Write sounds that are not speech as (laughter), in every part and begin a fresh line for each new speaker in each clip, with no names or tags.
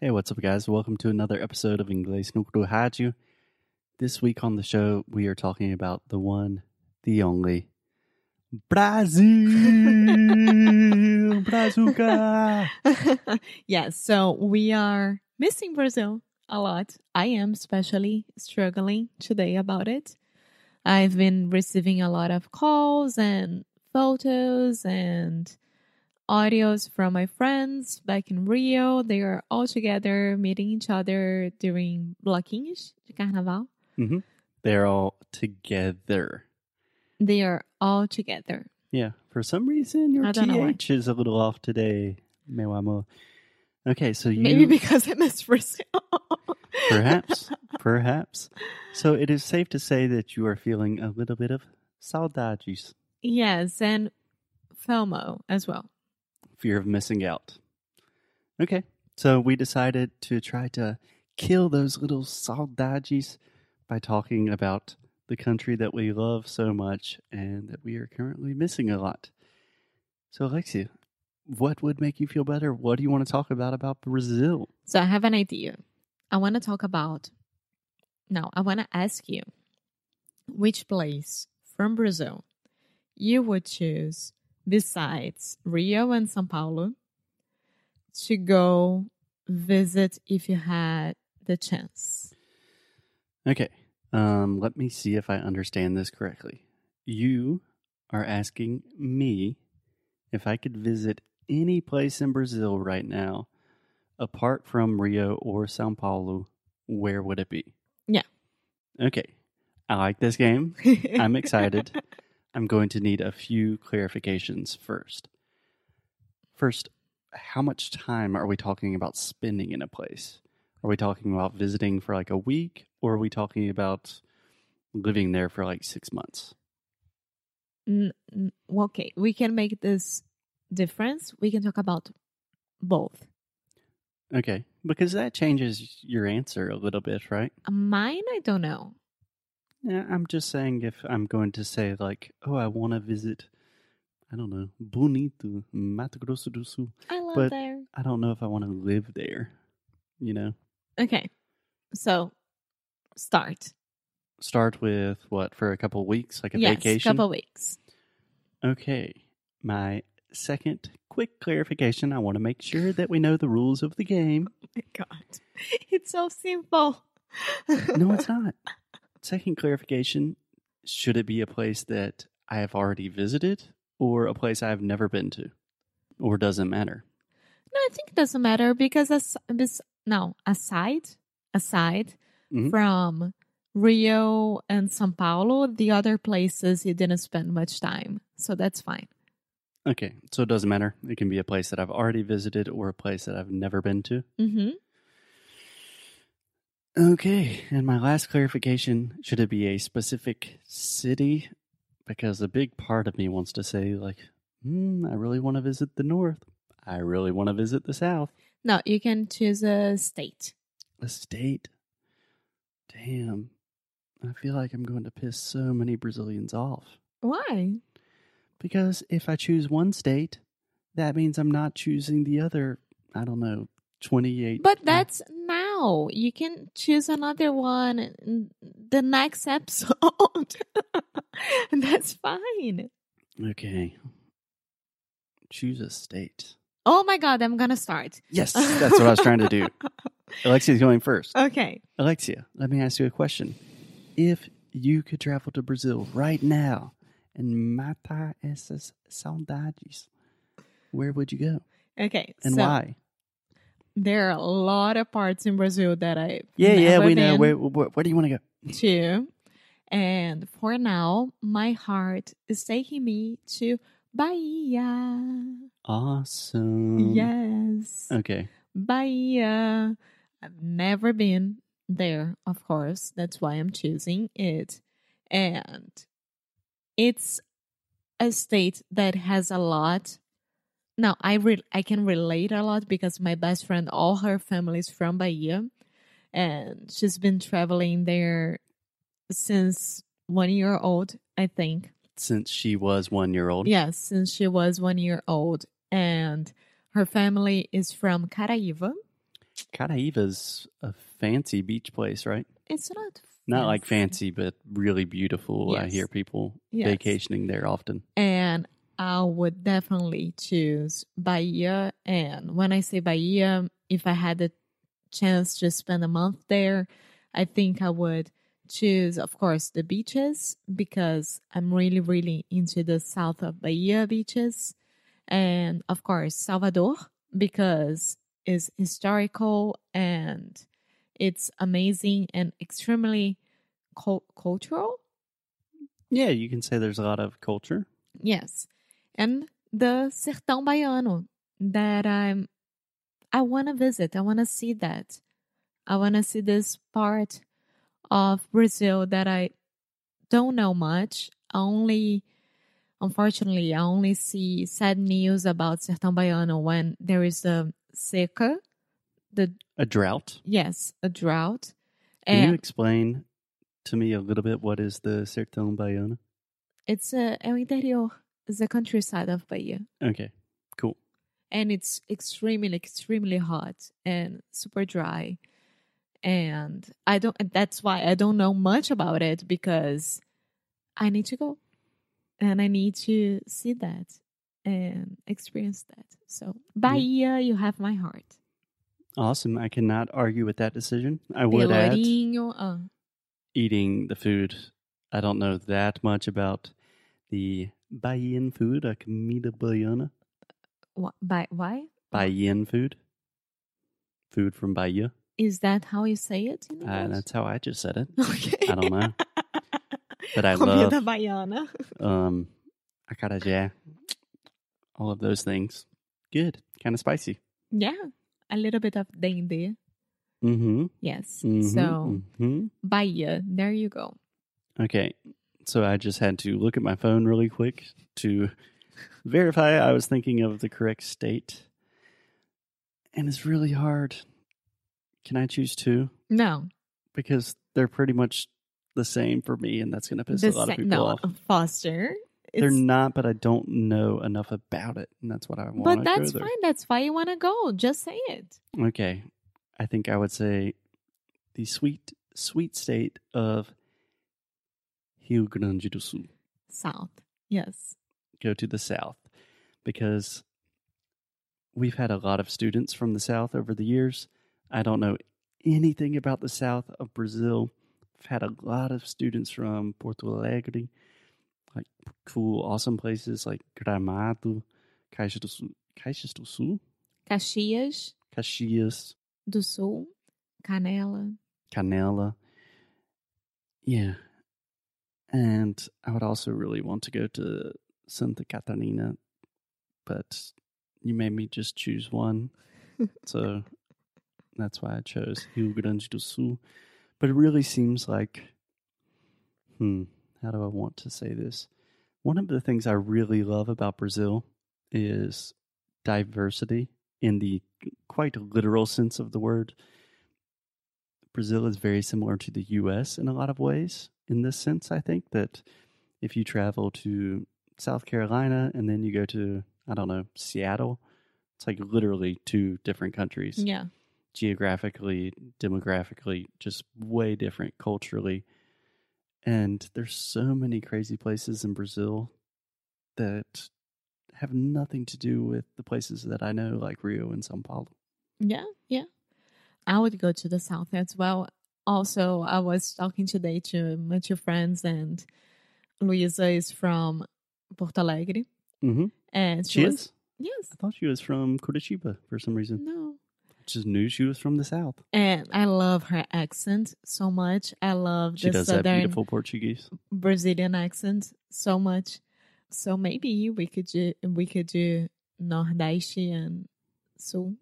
Hey, what's up, guys? Welcome to another episode of Inglés no Haju. This week on the show, we are talking about the one, the only
(laughs)
Brazil, Brazuca.
(laughs) yes, so we are missing Brazil a lot. I am especially struggling today about it. I've been receiving a lot of calls and photos and audios from my friends back in Rio. They are all together meeting each other during Bloquinhos de Carnaval.
They're all together.
They are all together.
Yeah, for some reason your
I don't know why.
TH is a little off today, meu amor. Okay, so you
Maybe (laughs) because I miss Brazil.
perhaps, perhaps. So it is safe to say that you are feeling a little bit of saudades,
yes, and FOMO as well.
fear of missing out. Okay, so we decided to try to kill those little saudades by talking about the country that we love so much and that we are currently missing a lot. So, Alexia, what would make you feel better? What do you want to talk about about Brazil?
So I have an idea. I want to talk about. No, I want to ask you which place from Brazil you would choose besides Rio and São Paulo to go visit if you had the chance.
Okay. Um, let me see if I understand this correctly. You are asking me if I could visit any place in Brazil right now, apart from Rio or Sao Paulo, where would it be?
Yeah.
Okay. I like this game.
(laughs)
I'm excited. I'm going to need a few clarifications first. First, how much time are we talking about spending in a place? Are we talking about visiting for like a week or are we talking about living there for like six months?
N- n- okay, we can make this difference. We can talk about both.
Okay. Because that changes your answer a little bit, right?
Mine, I don't know.
Yeah, I'm just saying if I'm going to say like, oh, I want to visit, I don't know, Bonito, Mato Grosso do Sul.
I love
But-
there.
I don't know if I want to live there, you know?
Okay, so start.
start with what for a couple weeks, like a
yes,
vacation.
couple weeks.
Okay. My second quick clarification. I want to make sure that we know the rules of the game.
Oh my god, (laughs) it's so simple. (laughs)
No, it's not. Second clarification: Should it be a place that I have already visited, or a place I have never been to, or doesn't matter?
No, I think it doesn't matter because as this no aside aside
Mhm.
from Rio and São Paulo, the other places you didn't spend much time, so that's fine.
Okay, so it doesn't matter. It can be a place that I've already visited, or a place that I've never been to.
Mm-hmm.
Okay, and my last clarification should it be a specific city? Because a big part of me wants to say, like, hmm, I really want to visit the north. I really want to visit the south.
No, you can choose a state.
A state. Damn. I feel like I'm going to piss so many Brazilians off.
Why?
Because if I choose one state, that means I'm not choosing the other, I don't know, 28.
But that's now. You can choose another one in the next (laughs) episode. (laughs) that's fine.
Okay. Choose a state.
Oh my god, I'm gonna start.
Yes,
(laughs)
that's what I was trying to do. Alexia's going first.
Okay.
Alexia, let me ask you a question. If you could travel to Brazil right now and matar essas saudades, where would you go
Okay.
and
so
why?
There are a lot of parts in Brazil that I
Yeah, yeah, we know. Where,
been
where, where do you want to go?
to, and for now, my heart is taking me to Bahia.
Awesome.
yes,
Okay.
Bahia. I've never been there, of course. That's why I'm choosing it, and it's a state that has a lot. Now I re- I can relate a lot because my best friend, all her family is from Bahia, and she's been traveling there since one year old, I think.
Since she was one year old.
Yes, since she was one year old, and her family is from Caraíva.
Caraiva's a fancy beach place, right?
It's not
Not like fancy, but really beautiful. I
Yes.
hear people
Yes.
vacationing there often.
and I would definitely choose Bahia. And when I say Bahia, if I had the chance to spend a month there, I think I would choose, of course, the beaches because I'm really, really into the south of Bahia beaches. And of course, Salvador because it's historical and it's amazing and extremely cul- cultural.
Yeah, you can say there's a lot of culture.
Yes. And the Sertão Baiano that I'm I want to visit. I want to see that. I want to see this part of Brazil that I don't know much. I only unfortunately I only see sad news about Sertão Baiano when there is a seca, the
A drought.
yes, a drought.
Can
And
you explain to me a little bit what is the Sertão Baiano?
it's a é o interior, it's the countryside of Bahia.
Okay, cool.
and it's extremely extremely hot and super dry and i don't and that's why i don't know much about it because i need to go and i need to see that and experience that so bahia you have my heart
Awesome. I cannot argue with that decision. I would add
Pelourinho, uh,
eating the food. I don't know that much about the Bahian food, a comida baiana.
wh- by, why
Bahian food. Food from Bahia.
is that how you say it in
Uh,
English?
that's how I just said it.
(laughs) okay
I don't
(laughs)
know. But I
Comida
love
baiana (laughs)
um, acarajé, all of those things. Good. Kind of spicy.
yeah a little bit of dende
Mm-hmm.
yes
hmm
so
hmm
Bahia. There you go.
Okay. So I just had to look at my phone really quick to verify I was thinking of the correct state. And it's really hard. Can I choose two?
No,
Because they're pretty much the same for me, and that's going to piss a
the
lot of
se-
people
no
off.
Foster.
They're
it's-
not, but I don't know enough about it, and that's what I want.
but that's fine. That's why you want to go. Just say it.
fine. Okay, I think I would say the sweet, sweet state of Rio Grande do Sul.
South. Yes.
go to the South because we've had a lot of students from the South over the years. I don't know anything about the South of Brazil. I've had a lot of students from Porto Alegre, like cool, awesome places like Gramado, Caxias do Sul, Caxias, do Sul?
Caxias
Caxias
do Sul, Canela.
Canela. Yeah. And I would also really want to go to Santa Catarina, but you made me just choose one. so that's why I chose Rio Grande do Sul. But it really seems like, hmm, how do I want to say this? One of the things I really love about Brazil is diversity in the quite literal sense of the word. Brazil is very similar to the US in a lot of ways in this sense, I think, that if you travel to South Carolina and then you go to, I don't know, Seattle, it's like literally two different countries
Yeah.
geographically, demographically, just way different culturally. And there's so many crazy places in Brazil that have nothing to do with the places that I know, like Rio and Sao Paulo.
Yeah. Yeah. I would go to the south as well. Also, I was talking today to my two friends, and Luisa is from Porto Alegre,
Mm-hmm.
and she,
She
was
is? Hmm.
yes,
I thought she was from Curitiba for some reason.
no,
Just knew she was from the South.
and I love her accent so much. I love
She
the
does that
southern
beautiful Portuguese.
Brazilian accent so much. So maybe we could do we could do Nordeste and Sul.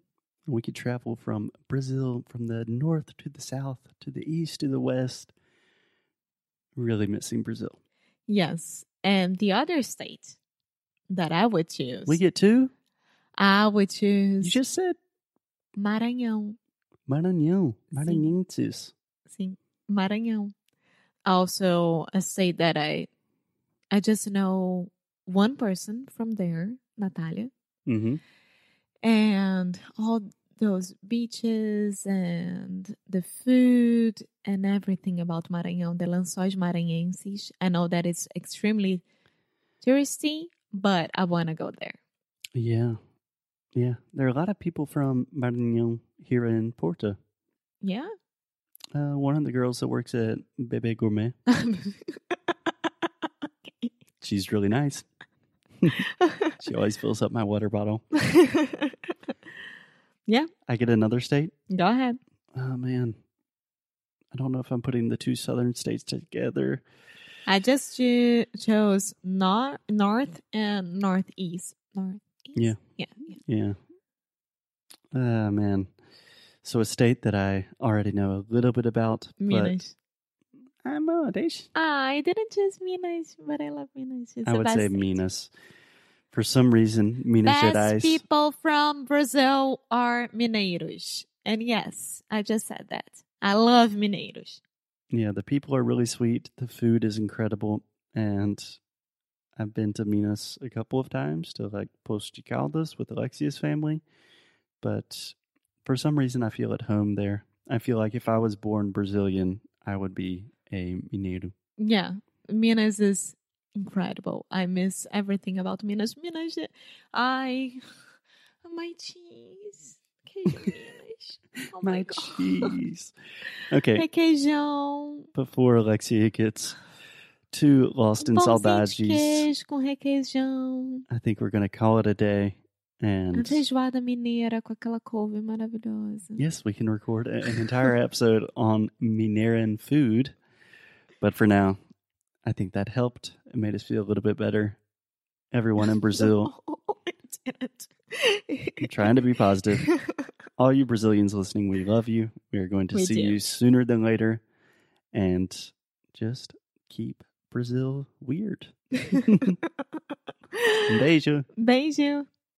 We could travel from Brazil, from the north to the south, to the east to the west. Really missing Brazil.
Yes, and the other state that I would choose,
We get two?
I would
You
choose
just said
Maranhão.
Maranhão.
Sim.
Maranhenses.
Sim, Maranhão. Also, a state that I I just know one person from there, Natalia,
Mm-hmm.
and all those beaches and the food and everything about Maranhão, the Lençóis Maranhenses. I know that it's extremely touristy, but I want to go there.
Yeah. Yeah. There are a lot of people from Maranhão here in Porto.
Yeah. (laughs)
Uh, one of the girls that works at Bebe Gourmet, she's really nice. She always fills up my water bottle. I get another state.
go ahead.
Oh, man. I don't know if I'm putting the two southern states together.
I just cho- chose nor- north and northeast. Northeast.
Yeah.
Yeah. yeah.
Yeah. Ah, man. So a state that I already know a little bit about,
Minas.
but I'm a Daesh.
Ah, I didn't choose Minas, but I love Minas. It's
I
the
would
best
say
state.
Minas. For some reason, Minas
Best
Gerais.
people from Brazil are Mineiros. And yes, I just said that. I love Mineiros.
Yeah, the people are really sweet. The food is incredible, and I've been to Minas a couple of times to like Posto de Caldas with Alexia's family, but for some reason I feel at home there. I feel like if I was born Brazilian, I would be a Mineiro.
Yeah, Minas is incredible. I miss everything about Minas. Minas, I (laughs) my cheese,
(laughs)
queijo Minas. Oh my,
My
god, (laughs)
cheese. Okay,
É queijão.
before Alexia gets too lost in
Um Pãozinho de
saudades,
queijo com requeijão.
I think we're gonna call it a day.
A
And
feijoada mineira com aquela couve maravilhosa.
Yes, we can record a- an entire episode on Mineran food. But for now, I think that helped. It made us feel a little bit better. Everyone
(laughs)
in (laughs) Brazil,
No, I didn't.
I'm trying to be positive. (laughs) All you Brazilians listening, we love you. We are going to
We
see
do.
you sooner than later. And just keep Brazil weird. Beijo.
Beijo.